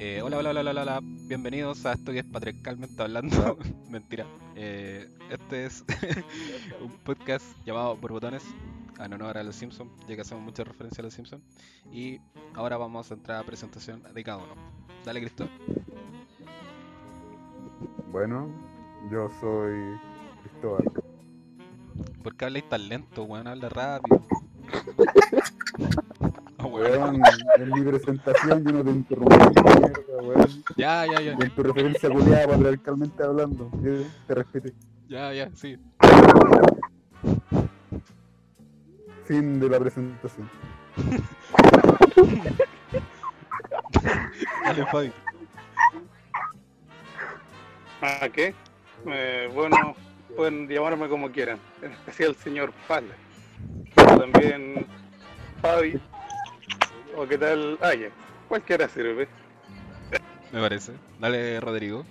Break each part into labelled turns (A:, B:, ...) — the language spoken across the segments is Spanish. A: Eh, hola, hola, hola, hola, hola, hola. bienvenidos a esto que es patriarcalmente hablando. Mentira. Eh, este es un podcast llamado Por Botones, en honor a los Simpsons, ya que hacemos mucha referencia a los Simpsons. Y ahora vamos a entrar a presentación de cada uno. Dale, Cristo.
B: Bueno, yo soy Cristóbal.
A: ¿Por qué habláis tan lento, weón? Habla rápido. Ah, weón.
B: Weón, en mi presentación yo no te interrumpí, mierda, weón.
A: Ya, ya, ya,
B: Y en tu referencia culiada patriarcalmente hablando, yo te respeté.
A: ya, ya, sí.
B: Fin de la presentación.
A: Dale, Fabi.
C: ¿A qué? Eh, bueno, pueden llamarme como quieran, en especial señor Pala. También Fabi. ¿O qué tal? Ah, ya. Cualquiera sirve.
A: Me parece. Dale, Rodrigo.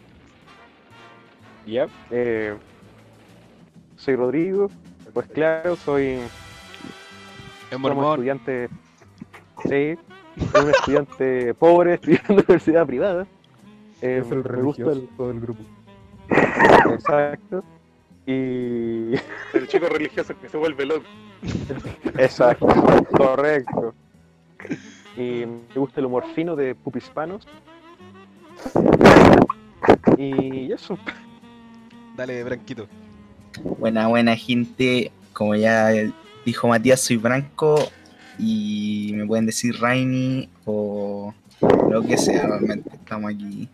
D: Ya, eh, soy Rodrigo, pues claro, soy
A: Es
D: somos
A: mormón.
D: estudiante, sí, soy un estudiante pobre estudiando en universidad privada. Eh,
B: es el
D: me gusta el
B: religioso del grupo.
D: exacto y
C: El chico religioso que se vuelve loco.
D: exacto, correcto. Y me gusta el humor fino de pupispanos. Y eso,
A: Dale, Branquito.
E: Buena, buena gente. Como ya dijo Matías, soy Branco y me pueden decir Rainy o lo que sea realmente. Estamos aquí.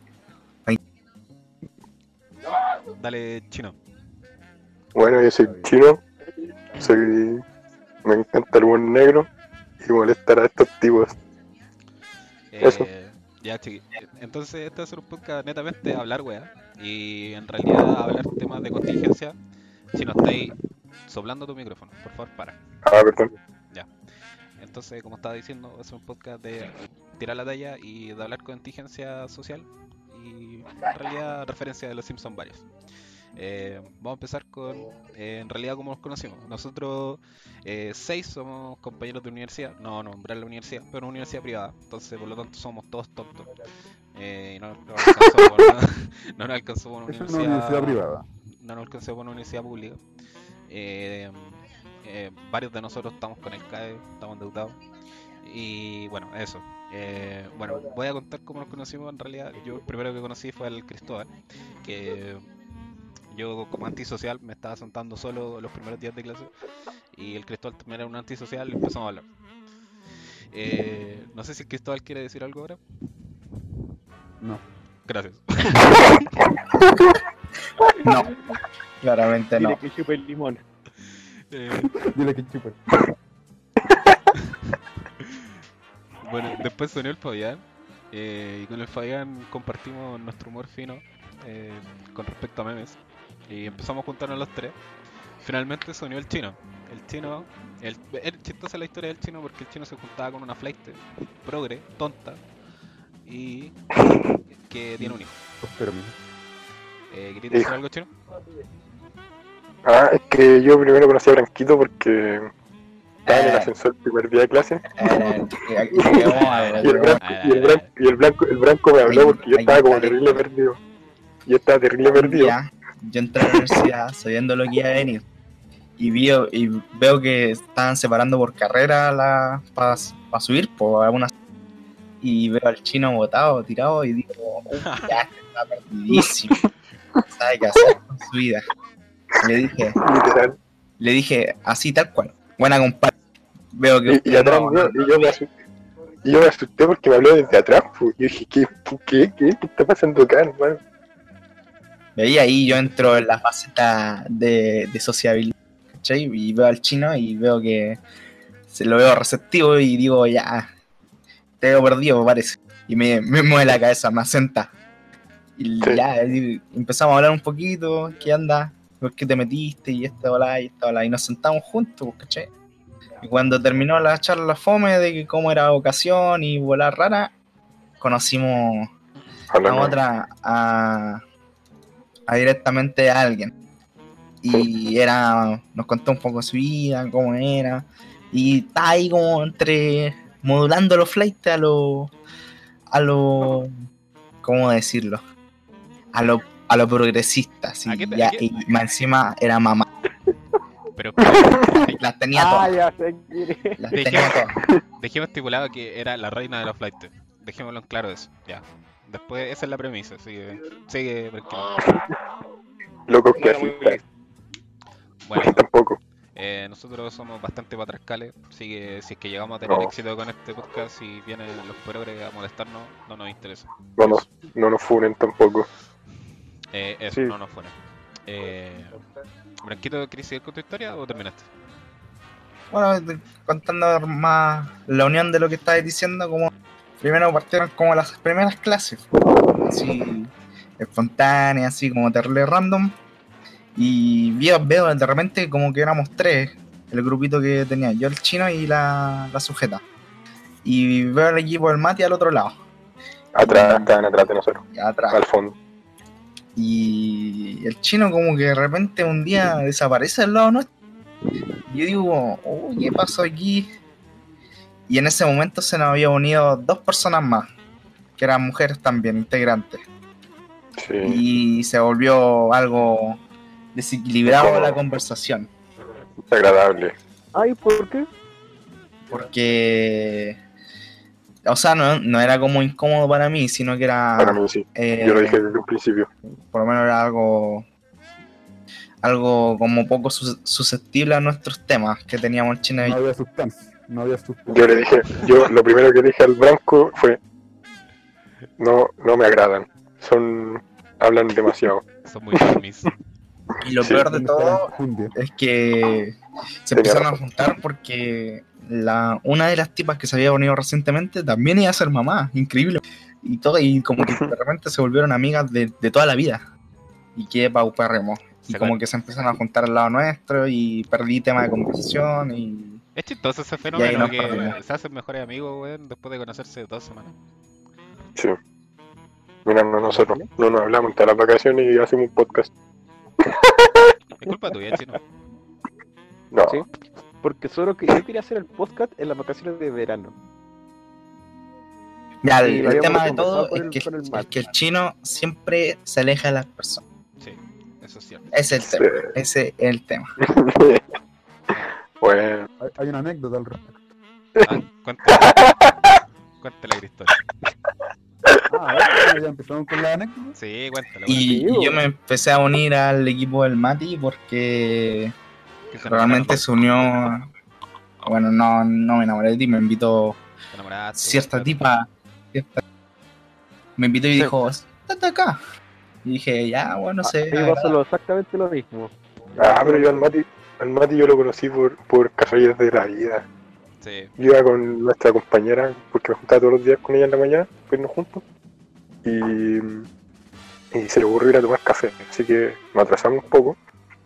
A: Dale, Chino.
F: Bueno, yo soy chino, soy... me encanta el buen negro y molestar a estos tipos. Eso.
A: Eh, ya, chiqui. Entonces, este va a ser un podcast netamente hablar, weá. Y en realidad, hablar temas de contingencia. Si no estáis soplando tu micrófono, por favor, para.
F: Ah, perdón.
A: Entonces, como estaba diciendo, va a ser un podcast de tirar la talla y de hablar con contingencia social. Y en realidad, referencia de los Simpsons varios. Eh, vamos a empezar con, eh, en realidad, cómo nos conocimos. Nosotros eh, seis somos compañeros de universidad, no nombrar la universidad, pero una universidad privada, entonces por lo tanto somos todos tontos. Eh, y no, no nos alcanzó por una, no nos alcanzó por una
B: Es una universidad privada.
A: no nos alcanzó por una universidad pública. Eh, eh, varios de nosotros estamos con el CAE, estamos endeudados. Y bueno, eso. Eh, bueno, voy a contar cómo nos conocimos en realidad. Yo el primero que conocí fue al Cristóbal, que yo como antisocial me estaba sentando solo los primeros días de clase y el Cristóbal también era un antisocial y empezamos a hablar. Eh, no sé si el Cristóbal quiere decir algo ahora.
B: No.
A: Gracias.
E: No, claramente
D: dile
E: no.
D: que chupe el limón.
A: Eh,
B: Dile que chupa.
A: Bueno, después se unió el Fabián eh, y con el Fabián compartimos nuestro humor fino eh, con respecto a memes y empezamos a juntarnos los tres. Finalmente se unió el chino. El chino, el, el chistosa la historia del chino porque el chino se juntaba con una flight progre, tonta y que tiene un hijo.
B: Espero, mira.
A: Eh, ¿Querías decir algo chino?
F: Ah, es que yo primero conocí a Branquito porque estaba
E: Ah.
F: en el ascensor el primer día de clase
E: A ver, a ver, que- aquí- que vamos a ver,
F: y el
E: que vamos
F: Branco, y el Branco, y el Branco- el Branco me habló porque yo estaba como terrible perdido. Yo estaba terrible
E: a ver.
F: perdido.
E: Ya, yo entré a la universidad sabiendo lo que iba a venir y, vi, y veo que estaban separando por carrera para subir por alguna. Y veo al chino botado, tirado y digo, "Uy, ya este está perdidísimo. No sabe qué hacer con su vida. Le dije,
F: Literal.
E: Le dije así tal cual. Buena compadre. Veo que
F: Y, y atrás
E: no,
F: mío, y yo me asusté. Y yo me asusté porque me habló desde atrás. pues. Y yo dije, ¿qué, qué, qué, qué, qué está pasando acá, hermano?
E: veía ahí yo entro en la faceta de, de sociabilidad, ¿cachai? Y veo al chino y veo que se lo veo receptivo y digo, ya, te veo perdido, me parece. Y me, me mueve la cabeza, me asenta. Y
F: Sí.
E: ya, y empezamos a hablar un poquito, ¿qué anda? ¿por qué te metiste? Y esta bola, y esta bola. Y nos sentamos juntos, pues, ¿cachai? Y cuando terminó la charla fome de que cómo era vocación y volar rara, conocimos
F: A la
E: a
F: madre.
E: otra, a, a directamente a alguien. Y era, nos contó un poco su vida, cómo era. Y está ahí como entre modulando los flights a lo. a lo. ¿cómo decirlo? A lo, a lo progresista. así,
A: ¿A qué te-
E: ya,
A: a qué-
E: y más encima era mamá.
A: Pero
E: Las tenía
D: Ah,
E: todas.
D: ya sé quién es.
E: Las
A: dejé-
E: tenía todas.
A: dejemos estipulado que era la reina de los flights. Dejémoslo en claro eso, ya. Después, esa es la premisa, sigue, sigue tranquilo.
F: Locos
C: No
F: que
C: era muy
F: hacen claro,
A: Bueno,
F: tampoco.
A: Eh, nosotros somos bastante patrascales, así que si es que llegamos a tener
F: No.
A: éxito con este podcast y vienen los progres a molestarnos, no nos interesa.
F: No nos, no nos funen tampoco.
A: Eh, eso,
D: Sí.
A: no nos fuera. Eh, Branquito, ¿querés seguir con tu historia o terminaste?
E: bueno, de- contando más la unión de lo que estabas diciendo, como primero partieron como las primeras clases, así espontáneas, así como terrible random. Y veo, veo de repente como que éramos tres, el grupito que tenía, yo el chino y la, la sujeta. Y veo al equipo del Mati al otro lado,
F: Atrás, estaban atrás de nosotros,
E: y atrás.
F: al fondo.
E: Y el chino como que de repente un día desaparece al lado nuestro. Y Yo digo, oh, ¿qué pasó aquí? Y en ese momento se nos había unido dos personas más, que eran mujeres también, integrantes.
F: Sí,
E: Y se volvió algo desequilibrado la conversación.
F: desagradable.
D: Ay, ¿por qué?
E: Porque... O sea, no, no era como incómodo para mí, sino que era...
F: Para mí sí.
E: eh,
F: Yo lo dije desde un principio.
E: por lo menos era algo algo como poco sus- susceptible a nuestros temas que teníamos en China
B: No había sustancia. No había sustancia.
F: Yo le dije, yo lo primero que dije al Branco fue, no, no me agradan. Son, hablan demasiado.
A: Son muy dormis.
E: y lo
F: sí.
E: peor de todo
B: Infundia.
E: es que se
F: Tenía
E: empezaron a
F: razón.
E: juntar porque la una de las tipas que se había unido recientemente también iba a ser mamá, increíble. Y todo, y como que de repente se volvieron amigas de, de toda la vida. Y qué paupérrimo. Y
A: Se
E: como
A: con-
E: que se empezaron a juntar al lado nuestro y perdí tema de conversación y
A: Es chistoso ese
E: ahí
A: fenómeno
E: nos
A: que
E: perdimos.
A: se hacen mejores amigos, weón, después de conocerse dos semanas.
F: Sí. Mira, no nosotros, no nos hablamos hasta las vacaciones y hacemos un podcast.
A: Es culpa tuya, chino.
F: No,
D: Sí. Porque solo que yo quería hacer el podcast en las vacaciones de verano.
E: Ya,
D: Sí,
E: el,
D: lo habíamos
E: tema de
D: conversado
E: todo
D: con
E: es
D: el-
E: que,
D: con el
E: es
D: Mati.
E: que el chino siempre se aleja de las personas.
A: Sí, eso es cierto.
E: Ese es el tema. Ese es el tema.
F: bueno,
B: Hay- Hay una anécdota al respecto.
A: Ah, cuéntale, cuéntale la historia.
B: Ah, a ver, ya empezamos con la anécdota.
A: Sí, cuéntale. weón,
E: Y,
D: Amigo.
E: y yo me empecé a unir al equipo del Mati porque
A: que se
E: realmente se unió. Bueno, no, no me enamoré de ti, me invitó
A: enamoraron, te enamoraste,
E: cierta
A: weón.
E: tipa. cierta- me invitó y dijo: Estate acá. Y dije: Ya, bueno, sé.
D: A mí me pasó lo- exactamente lo mismo.
F: ah, pero yo al Mati, al Mati yo lo conocí por, por casualidades de la vida.
A: Sí,
F: Yo iba con nuestra compañera, porque me juntaba todos los días con ella en la mañana, para irnos juntos. Y, y se le ocurrió ir a tomar café, así que nos atrasamos un poco.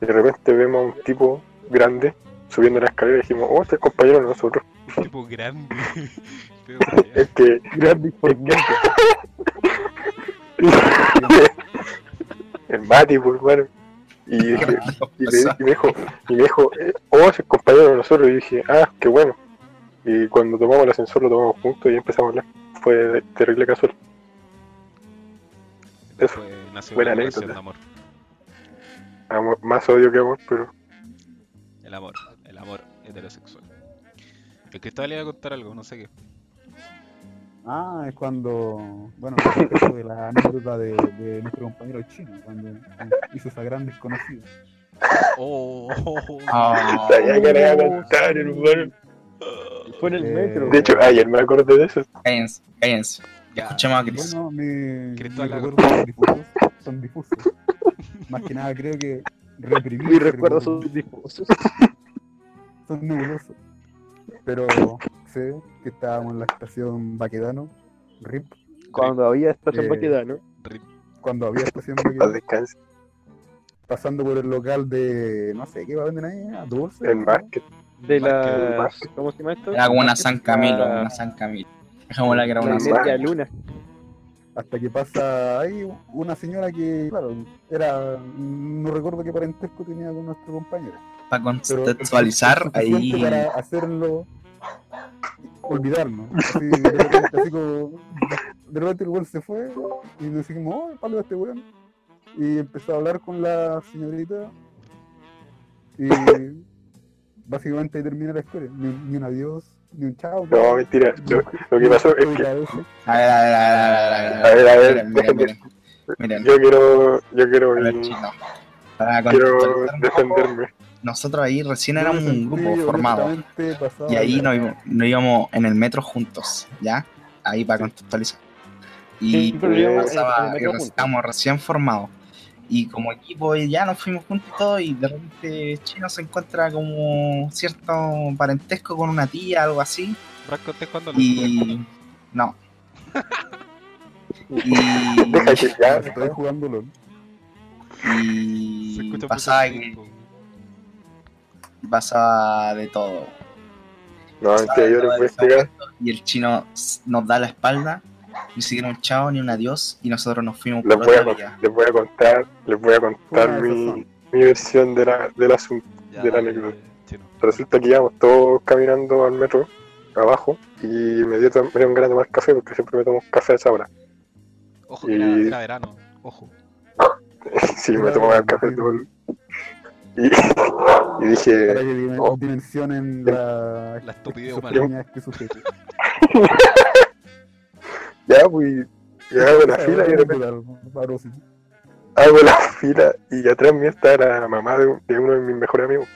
F: Y de repente vemos a un tipo grande subiendo la escalera y dijimos, oh, este es compañero de nosotros.
A: tipo grande. Pero,
F: Es que
D: Grande
F: el Mati, pues, hermano. Y dije, Y, le-
E: Pasó.
F: y me dijo, y me dijo eh, oh, es el compañero de nosotros. Y dije, ah, qué bueno. Y cuando tomamos el ascensor, lo tomamos juntos y empezamos a hablar. Fue terrible casual.
A: Después nació
F: Buena
A: una relación
F: anécdota.
A: de amor.
F: Amor- más odio que amor, pero
A: El amor, el amor heterosexual. El Cristóbal le iba a contar algo, no sé qué.
B: Ah, es cuando, bueno, eso de la anécdota de, de nuestro compañero chino, cuando hizo esa gran desconocida.
A: Oh,
E: Ah,
F: sabía que le iba a contar, hermano.
D: Fue en el
B: Eh,
D: metro.
F: De hecho, ayer me acordé de eso.
E: cállense, cállense.
A: ya.
E: Escuchemos a Cris.
B: Bueno, mi, mis
A: Cristóbal Lago.
B: recuerdos son difusos, son difusos. Más que nada creo que reprimí.
D: Mis recuerdos son difusos.
B: son nebulosos. Pero sé que estábamos en la estación Baquedano, RIP,
D: Cuando había estación
B: Eh,
D: Baquedano.
B: cuando había estación
F: Paz
B: Baquedano.
F: descanse.
B: pasando por el local de. No sé, ¿qué va a vender ahí? ¿A dulce?
F: El básquet.
D: De
F: Marquez,
D: la.
F: Marquez.
D: ¿Cómo se llama esto?
E: Era como una San Camilo,
D: La-
E: una San Camilo. Dejémosla que era
D: La
E: una San
D: media
E: Camilo.
D: luna.
B: Hasta que pasa ahí una señora que, claro, era. No recuerdo qué parentesco tenía con nuestro compañero.
E: Para
B: Pero
E: contextualizar, ahí.
B: suficiente Para hacerlo. Olvidarnos. Así, de repente, así como. De repente el weón se fue y nos dijimos, oh, el palo de este weón. Y empezó a hablar con la señorita. Y. Básicamente ahí termina la historia. Ni, un- ni un adiós, ni un chao.
F: No, mentira. Lo, lo que pasó es que
E: A ver, a ver, a ver,
F: A ver, a ver,
E: Miren, miren, miren. Miren,
F: yo quiero. Yo
E: a
F: quiero.
E: ver, chicos. Para
F: Quiero
E: contextualizar un poco,
F: defenderme.
E: nosotros ahí recién éramos un grupo formado. Y ahí nos, íbamos- nos íbamos en el metro juntos, ¿ya? Ahí para contextualizar. Y
D: Sí, pero íbamos en el
E: pasaba,
D: metro
E: y re-
D: juntos.
E: estábamos recién formados. Y como equipo y ya nos fuimos juntos y todo, y de repente Chino se encuentra como cierto parentesco con una tía, algo así.
A: Franco, ¿estás jugando al-
E: Y. No. Y.
F: Deja que ya.
B: Estoy jugando LOL.
F: Eh,
E: y
A: Se escucha mucho
E: pasaba, que,
A: tiempo.
E: pasaba de todo.
F: No, mentira, Ah, yo les voy a explicar.
E: Y el chino s- nos da la espalda, ni siquiera un chao ni un adiós, y nosotros nos fuimos
F: Les voy a,
E: otra
F: con-
E: vía.
F: les voy a contar. Les voy a contar mi, mi versión de la, del asunto.
A: Ya,
F: de la
A: dale,
F: anécdota.
A: chino.
F: Resulta que íbamos todos caminando al metro, abajo, y me dio, tam- me dieron ganas de tomar café porque siempre me tomo café a esa hora.
A: Ojo, era,
F: Y-
A: era verano. Ojo.
F: sí, me tomaba el café todo el- Y, y
B: Para
F: dije,
B: que dimen-
F: oh.
B: dimensionen la,
A: La estupidez humana.
B: esquizofrenia que sucede.
F: ya, pues, y hago
B: Eh,
F: la fila y de repente
B: Claro, sí.
F: hago la fila y atrás mío está la mamá de, un- de uno de mis mejores amigos.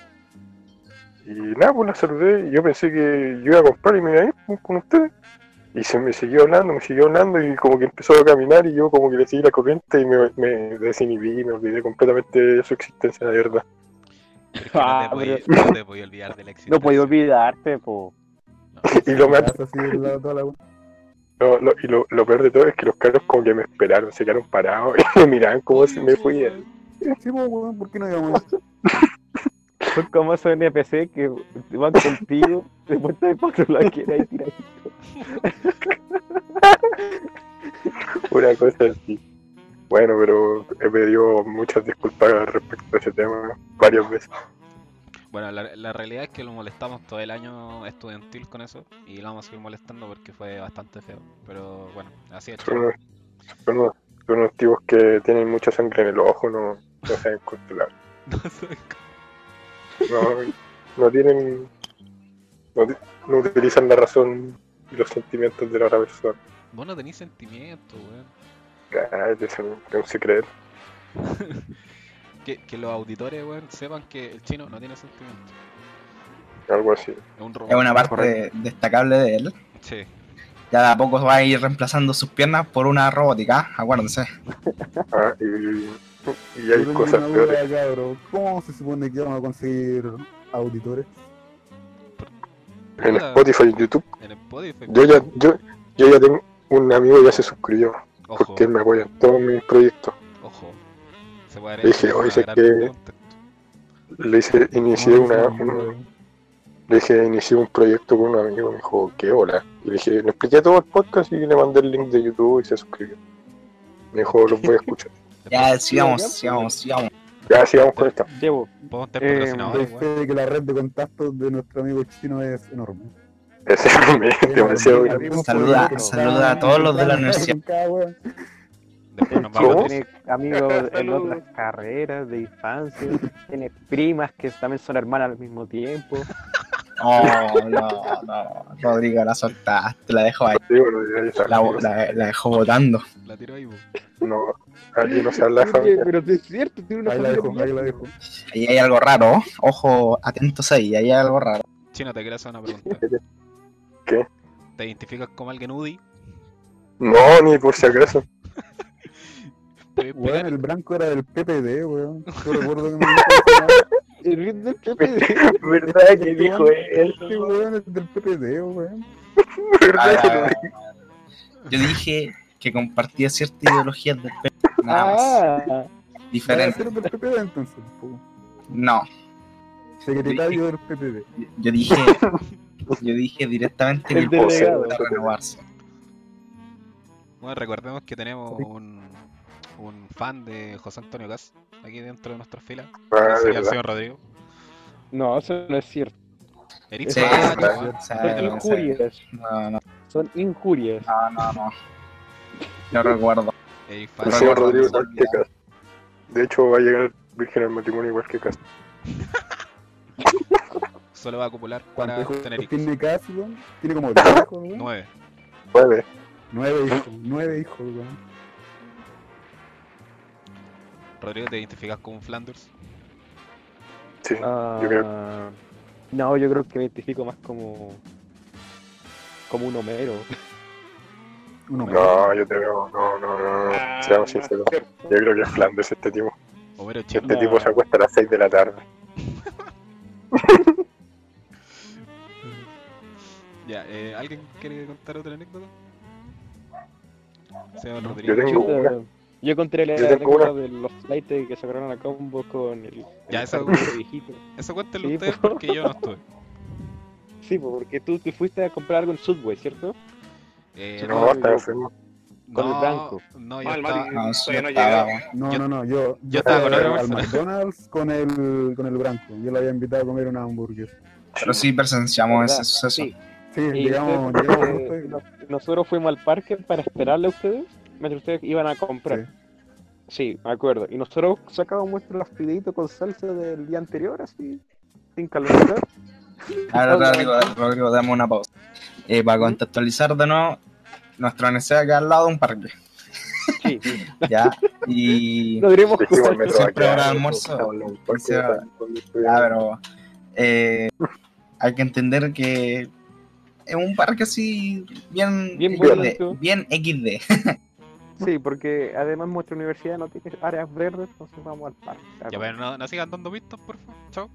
F: Y nada, pues la saludé y yo pensé que yo iba a comprar y me iba a ir con- con ustedes. Y se me siguió hablando, me siguió hablando y como que empezó a caminar y yo como que le seguí la corriente y me, me desinhibí, me olvidé completamente de su existencia, la verdad.
A: Pero es que no,
D: Ah,
A: te podía,
D: pero-
A: no te podía olvidar del éxito.
D: No podía olvidarte, po.
F: Y lo, más-
B: Así es la- toda la-
F: lo- lo- y lo, lo peor de todo es que los carros como que me esperaron, se quedaron parados y me miraban como si me fuera.
B: Sí, po, weón, ¿por qué no íbamos?
D: Son como esos NPC que van contigo, después te ponen la quiera y tiras.
F: Una cosa así. Bueno, pero he pedido muchas disculpas respecto a ese tema varias veces.
A: Bueno, la, la realidad es que lo molestamos todo el año estudiantil con eso y lo vamos a seguir molestando porque fue bastante feo. Pero bueno, así es.
F: Son unos, son unos- son unos tipos que tienen mucha sangre en el ojo, no, no saben controlar. No, no tienen. No, ti- no utilizan la razón y los sentimientos de la otra persona.
A: Vos no tenés sentimiento, weón.
F: Cállate, es un, es un secreto.
A: Que, que los auditores, weón, sepan que el chino no tiene sentimiento.
F: Algo así.
A: Es un robot.
E: Es una parte
F: Correcto.
E: destacable de él.
A: Sí.
E: Ya de a poco va a ir reemplazando sus piernas por una robótica, acuérdense.
F: Ah, y, y
B: Yo
F: hay
B: tengo
F: cosas
B: una duda,
F: peores.
B: cabro. ¿Cómo se supone que vamos a conseguir auditores?
F: En
A: Puta,
F: Spotify y YouTube,
A: En Spotify.
F: yo ya, yo, yo ya tengo un amigo que ya se suscribió.
A: Ojo,
F: porque él me apoya en todos mis proyectos.
A: ojo. Se puede haber
F: Dije,
A: hecho
F: oye,
A: una
F: sé
A: gran
F: que-
A: pregunta.
F: Le hice, inicié
B: ¿Cómo se
F: una,
B: supone,
F: un-
B: weón?
F: le dije, inicié un proyecto con un amigo, me dijo, qué hola. Y le dije, le expliqué todo el podcast y le mandé el link de YouTube y se suscribió. Me dijo, los voy a escuchar.
E: Ya, sigamos, sigamos, sigamos.
F: Ya sigamos con esta.
D: Llevo.
A: Podemos tener
D: Eh,
B: Doy
A: patrocinadores,
B: fe
A: weón.
B: de que la red de contactos de nuestro amigo chino es enorme.
F: Ese es demasiado grande.
B: Tenemos
E: Saluda-
B: problemas con
E: saluda
B: cada-
E: a todos los de la
B: con
E: universidad.
B: cada weón.
A: Después nos
F: ¿Cómo?
A: vamos a
D: Tiene amigos en
C: Saludos.
D: otras carreras de infancia. Tiene primas que también son hermanas al mismo tiempo.
E: Oh, no, no. Rodrigo, la soltaste, la dejo ahí.
F: Digo, no, ya está.
E: La, la- la dejó votando.
A: La tiro ahí, weón.
F: No, aquí no se habla de familia.
D: pero sí es cierto, tiene
B: Ahí la dejo, ahí la dejo.
E: Ahí hay algo raro. Ojo, atentos ahí, ahí hay algo raro.
A: Chino, te quiero hacer una pregunta.
F: ¿Qué?
A: ¿Te identificas como alguien UDI?
F: No, ni por si acaso.
A: ¿Puedes
B: Weón,
A: pegar?
B: el blanco era del PPD, weón. Yo recuerdo que me dijo,
F: ¿Verdad que dijo él?
B: este weón es del PPD, weón.
F: ¿Verdad que lo dijo?
E: Yo dije que compartía ciertas ideologías del P. Nada más.
D: Ah,
E: diferente.
B: Pero del PPD entonces. po.
E: No,
B: Secretario del PPD.
E: yo dije, yo dije directamente que
D: El
E: el proceso
D: delegado.
E: va a renovarse.
A: Bueno, recordemos que tenemos un, un fan de José Antonio Gas aquí dentro de nuestras filas. que
F: Ah,
A: sería
F: de
A: el
F: verdad.
A: señor Rodrigo.
D: No, eso no es cierto.
A: Eric
E: Sí,
A: Paz,
E: sí,
A: weón.
E: sí,
D: Son
E: Ah, no sé.
D: injurias.
E: No, Ah, no,
D: Son injurias.
E: no, no, no. No recuerdo.
A: Eric Paz,
F: El señor
A: Rodrigo
F: Rodrigo
A: Paz.
F: igual que Cas. De hecho, va a llegar virgen al matrimonio igual que Cas.
A: Solo va a acumular para
B: ¿Cuántos
A: tener
B: hijos
A: hijos.
B: tiene casi, weón? Tiene como 10 hijos, weón.
A: Nueve.
F: Vale.
B: Nueve hijos, nueve hijos, weón.
A: Rodrigo, ¿te identificas con un Flanders?
F: Sí.
D: Ah,
F: Yo
D: No, yo creo que me identifico más como. como un Homero.
B: Uno más.
F: No, yo te veo. No, no, no. no.
C: Ah,
F: Seamos
C: no es
F: sinceros.
C: cierto.
F: Yo creo que es Flandes este tipo.
A: Homero Chino.
F: Este tipo se acuesta a las 6 de la tarde.
A: Ya, eh, ¿alguien quiere contar otra anécdota? Señor
F: Yo
A: Rodrigo.
F: tengo una.
D: Chuta, Yo encontré la
F: Yo tengo
D: anécdota de los flights que se agarraron a combo con el,
A: Ya,
D: el
A: esa-
D: famoso viejito.
A: Eso cuéntenlo
D: Sí,
A: ustedes
D: po.
A: porque yo no estuve.
D: Sí, po, porque tú te fuiste a comprar algo en Subway, ¿cierto?
A: Eh,
F: No,
D: no,
F: está
D: yo-
F: enfermo.
D: con el
A: no,
D: blanco.
A: No, yo
C: Mal,
A: estaba-
C: mal,
E: No,
C: y
E: sí,
C: todavía no
E: estaba,
C: llegaba.
E: weón.
B: No,
A: Yo-
B: no, no, yo,
A: yo estaba con
B: fui
A: otra
B: al McDonald's con el, con el blanco. Yo lo había invitado a comer una hamburguesa.
E: Pero sí presenciamos
D: ¿Verdad?
E: ese suceso.
D: Sí.
B: Sí,
D: Y
B: llegamos,
D: ustedes-
B: llegamos
D: eh,
B: juntos y-
D: no- nosotros fuimos al parque para esperarle a ustedes mientras ustedes iban a comprar. Sí, me acuerdo. Y nosotros sacábamos nuestros fideitos con salsa del día anterior, así, sin calentar.
E: Ahora, Rodrigo, Rodrigo, dame una pausa. Eh, para contextualizar de nuevo, nuestra universidad queda al lado de un parque.
D: Sí,
E: ¿Ya? Y.
D: lo diremos
F: Dijimos el metro
E: Siempre
F: acá,
E: habrá
F: eso,
E: almuerzo.
F: cabrón, porque
E: Sí, habrá. Ya, pero eh, hay que entender que es un parque así bien
D: Bien bonito.
E: XD, bien XD.
D: Sí, porque además nuestra universidad no tiene áreas verdes, entonces vamos al parque.
A: Ya, pero no, no sigan dando vistas, por favor. Chao.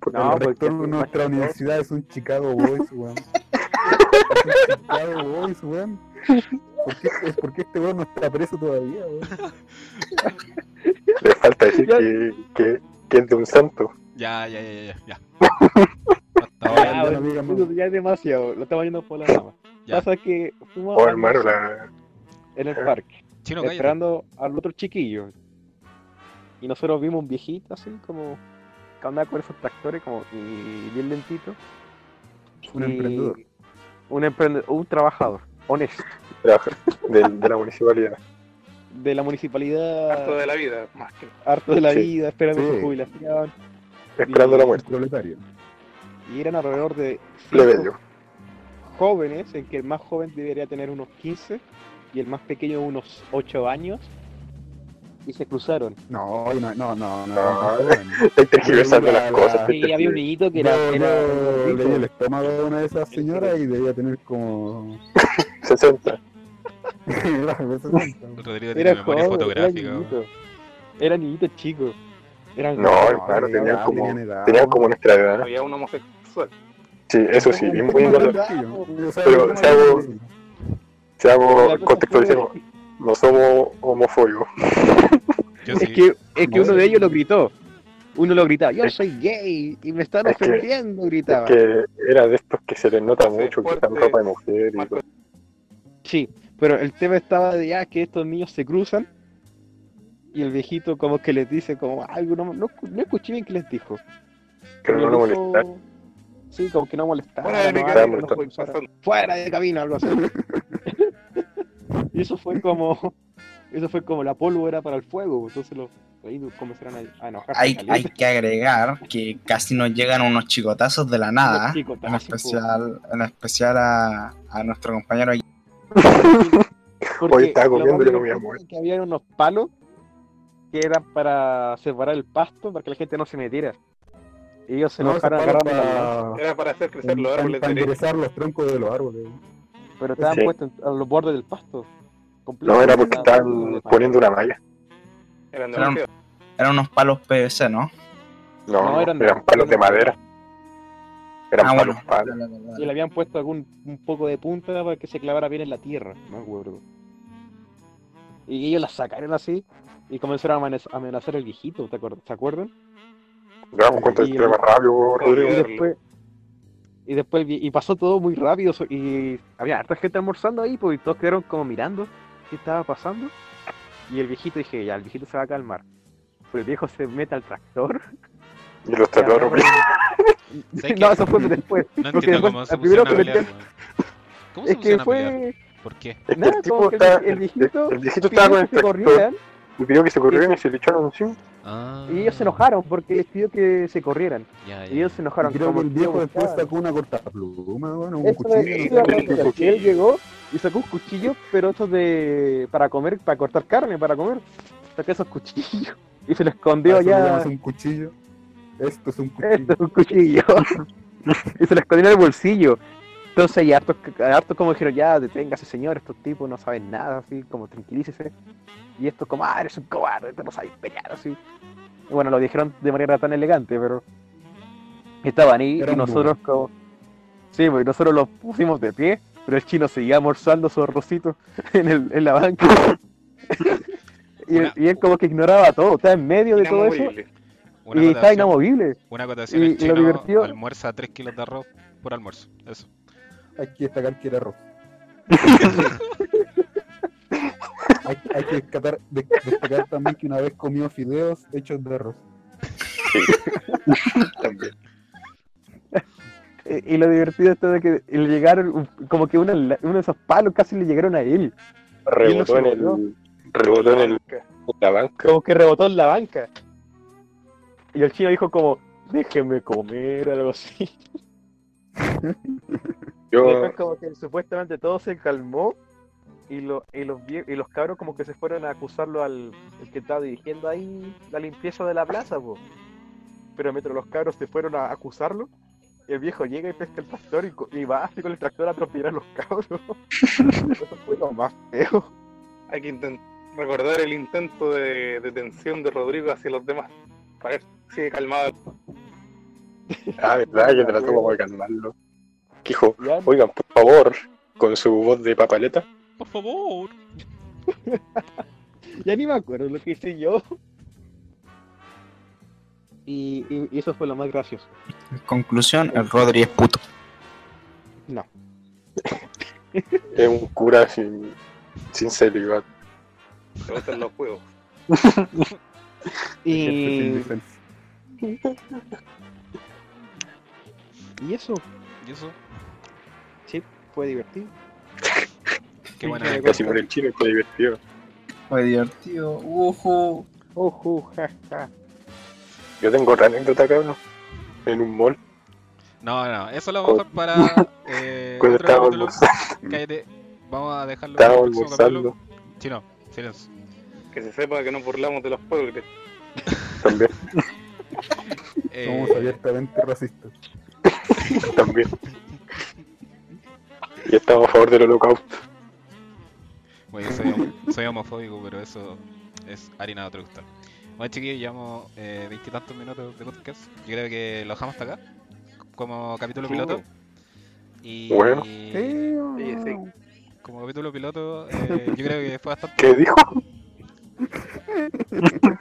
F: Porque
D: No,
B: el
C: pues,
D: porque
B: rector
D: es
B: de
D: un
B: nuestra
D: imaginador.
B: universidad es un Chicago Boys, weón. Es un Chicago Boys, weón. ¿Por qué, es porque este weón no está preso todavía, weón?
F: Le falta decir
D: Ya.
F: que, que, que es de un santo.
A: Ya, ya, ya, ya. ya. Hasta
D: Ah,
A: ahora.
B: ya,
D: bueno,
B: amiga,
D: eso
B: amiga.
D: ya es demasiado, lo estamos yendo por la rama.
A: Ya.
D: Pasa que fuimos
F: Oh,
D: a
F: hermano,
D: almorzar
F: la.
D: en el parque.
A: Chino, cállate.
D: esperando al otro chiquillo. Y nosotros vimos un viejito así, como que andaba con esos tractores, como y bien lentito.
B: Un
D: Y-
B: emprendedor.
D: Un emprendedor, un trabajador, honesto,
F: trabaja de, de la municipalidad.
D: de la municipalidad,
C: Harto de la vida, más que
D: la
F: Sí.
D: vida, esperando
B: Sí.
D: su jubilación.
F: Esperando la
B: Es
F: muerte.
B: proletario.
D: Y eran alrededor de cinco
F: Plebeyo.
D: jóvenes, en que el más joven debería tener unos 15 y el más pequeño unos 8 años. Y se cruzaron.
B: No, no, no, no, no.
F: Ah.
B: no, weón.
F: Estoy tergiversando las
B: Ah,
F: cosas.
D: Y había un niñito que era.
B: Yo-
D: era
B: yo
D: gordito.
B: le di el estómago a una de esas señoras y debía tener como.
F: 60.
B: Era como 60, weón.
A: Rodrigo tiene
D: Era
A: memoria
D: joven,
A: fotográfica.
D: era
A: weón.
D: niñito. Era niñito chico. Era
F: No, hermano,
B: tenía-
F: tenían como,
B: tenían edad.
F: tenían como nuestra edad.
C: había un homosexual.
F: Sí, eso sí, bien muy
B: Pero,
F: bueno. Pero, ¿sabes? Seamos, contextualicemos, no somos homofóbicos.
A: Yo
D: Es
A: sí.
D: que, es que
B: Madre
D: uno de
B: mía.
D: ellos lo gritó. Uno lo gritaba, yo
F: Es-
D: soy gay y me están
F: es que-
D: ofendiendo,
F: Es
D: gritaba.
F: que era de estos que se les nota
C: Entonces,
F: mucho, que
C: fuerte,
F: están ropa de mujer y
C: Marco,
F: todo.
D: Sí, pero el tema estaba de ya que estos niños se cruzan y el viejito como que les dice como algo, no, no, no escuché bien qué les dijo.
F: Pero no
D: Les
F: lo
D: dijo-
F: molestar.
D: Sí, como que no molestaba.
C: Fuera de
D: Ah, no
C: mi
D: algo,
F: camino,
D: no
F: estoy
D: fuera-
C: pasando.
D: fuera de camino, algo así. y eso fue como, eso fue como la pólvora para el fuego, entonces los ahí comenzaron a, a enojarse.
E: Hay,
D: caliente.
E: hay que agregar que casi nos llegan unos chicotazos de la nada.
D: Unos chicotazos,
E: En especial, en especial a, a nuestro compañero aquí.
D: Porque
F: Hoy estaba
D: lo
F: comiendo
D: más
F: y no comía
D: gracioso
F: mucho.
D: es Que había unos palos que eran para separar el pasto para que la gente no se metiera. Y ellos se
B: No,
D: enojaron
B: se para
D: agarrando la lanza,
B: para-
C: Era para hacer crecer los
B: para-
C: árboles
B: para
C: derechos.
B: enderezar los troncos de los árboles.
D: pero estaban
F: Sí.
D: puestos en- a los bordes del pasto. completo.
F: No, era porque
D: Estaban
F: estaban
D: puestos de
F: poniendo una malla.
C: Eran
E: Eran-
C: demasiado.
E: Eran unos palos PVC, ¿no?
F: No,
D: No,
F: no,
D: eran-
F: eran, palos de madera. Eran
E: Ah,
F: palos,
E: bueno.
F: palos.
D: palo. Y le habían puesto algún un poco de punta para que se clavara bien en la tierra, no me acuerdo. Y ellos la sacaron así. Y comenzaron a amane- a amenazar al viejito, ¿te acuer- ¿se acuerdan?
F: Le damos cuenta de que era más rápido,
D: Y
F: Rodrigo.
D: después, y después vi- y pasó todo muy rápido so- y había harta gente almorzando ahí, pues y todos quedaron como mirando qué estaba pasando. Y el viejito dije, ya, el viejito se va a calmar. Pero el viejo se mete al tractor.
F: Y los taladros
D: y
F: brillan.
A: ¿Sabes
D: no,
A: qué?
D: eso fue después.
A: No
D: porque
A: entiendo
D: después-
A: cómo se
D: al primero
A: pusieron a pelear,
D: comenté-
A: weón. ¿Cómo se
D: Es que
A: pusieron a pelear?
D: fue.
A: ¿Por qué?
F: Es que
D: Nada,
F: el tipo
D: como que
F: está.
D: el
F: El,
D: viejito
F: el viejito estaba con el
D: pidió que
F: tractor.
D: corrieran
F: Y pidió que se corrieran y se le echaron encima.
A: Ah,
D: y ellos se enojaron porque les pidió que se corrieran.
A: Ya, ya.
D: Y ellos se enojaron.
B: Creo que
D: como
B: el viejo
D: tío,
B: después
D: claro.
B: sacó una cortapluma, bueno, un
D: Eso es-
B: cuchillo.
D: eso iba a comentar, que él llegó y sacó un cuchillo, pero estos de. para comer, para cortar carne, para comer. Sacó esos cuchillos y se lo escondió
B: A Ah, eso le
D: allá.
B: llamas un cuchillo. Esto es un
D: Esto
B: cuchillo.
D: es un cuchillo. y se lo escondió en el bolsillo. Entonces, ya hartos, hartos como dijeron, ya deténgase, señor, estos tipos no saben nada, así como tranquilícese. Y estos, como, ah, eres un cobarde, te no sabes pelear, así. Y bueno, lo dijeron de manera tan elegante, pero. Estaban ahí
B: Era
D: y
B: un
D: nosotros, como. Sí, pues nosotros los pusimos de pie, pero el chino seguía almorzando su arrocito en, el, en la banca. y, él, y él como que ignoraba todo, estaba en medio de todo eso
C: Inamovible.
A: Una
D: y estaba
A: acotación-
D: inamovible.
A: Una acotación,
D: Y
A: el
D: lo
A: chino
D: divertido-
A: almuerza 3 kilos de arroz por almuerzo. Eso.
B: Hay que destacar que era rojo. hay, hay que destacar, de- destacar también que una vez comió fideos hechos de arroz.
E: También.
D: Eh, Y lo divertido esto de que le llegaron, un- como que una- uno de esos palos casi le llegaron a él.
F: Rebotó en el. Rebotó en el. en la banca.
D: Como que rebotó en la banca. Y el chino dijo como, déjeme comer, algo así. Y
F: Yo.
D: después como que supuestamente todo se calmó y, lo, y, los, vie- y los cabros como que se fueron a acusarlo al el que estaba dirigiendo ahí la limpieza de la plaza, po. Pero mientras los cabros se fueron a acusarlo, el viejo llega y pesca el tractor y, co- y va así con el tractor a atropellar a los cabros. Eso fue lo más feo.
C: Hay que inten- recordar el intento de, de tensión de Rodrigo hacia los demás. Para ver si sigue calmado.
F: Ah, verdad, yo trató como de calmarlo. Que dijo,
D: Ya,
F: oigan, por favor, con su voz de papaleta.
A: Por favor.
D: ya ni me acuerdo lo que hice yo. Y, y- y eso fue lo más gracioso.
E: En conclusión, el Rodri es puto.
F: Es un cura sin, sin celibato.
C: Le gustan los juegos.
B: Gente sin
D: Y,
B: licencia.
D: y eso
A: ¿Y eso?
D: fue divertido.
A: Qué buena
D: Casi
F: Casi
A: anécdota.
F: por el chino está divertido.
E: Fue divertido. Ujú.
D: Ojo, jaja.
F: Yo tengo otra anécdota, cabrón. En un mall,
A: No, no, eso es lo
F: Con-
A: mejor para. Eh,
F: cuando
A: otro
F: estaba
A: capítulo.
F: almorzando,
A: Cállate. Vamos a dejarlo. para
F: estaba
A: el próximo
F: almorzando
A: capítulo. Chino, silencio.
C: Que se sepa que nos burlamos de los pobres.
F: también,
A: Eh,
B: Somos abiertamente racistas.
F: también. Y estaba a favor del holocausto.
A: Bueno, yo soy, homo- soy homofóbico, pero eso es harina de otro costal. Bueno, chiquillos, llevamos eh, veintitantos minutos de podcast. Yo creo que lo dejamos hasta acá, como capítulo piloto. Y
F: Bueno.
C: Sí, sí.
A: como capítulo piloto, eh, yo creo que fue bastante.
F: ¿Qué dijo?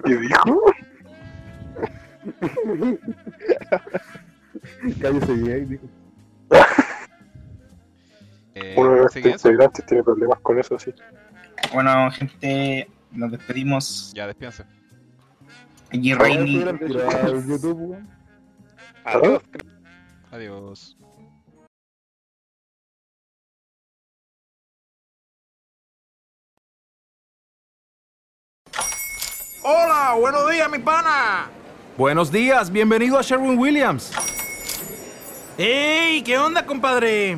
F: ¿Qué dijo?
B: Cállese gay, dijo.
A: eh,
F: Uno de
A: así que
F: nuestros
A: eso.
F: integrantes tiene problemas con eso, sí.
E: Bueno, gente, nos despedimos.
A: Ya, despídense.
E: Aquí
B: Ahora se
E: Rainy.
B: hubieran tirado al YouTube, weón.
A: Ah,
C: Adiós.
A: Adiós.
G: Hola, buenos días, mi pana. Buenos días, bienvenido a Sherwin Williams. ¡Ey! ¿Qué onda, compadre?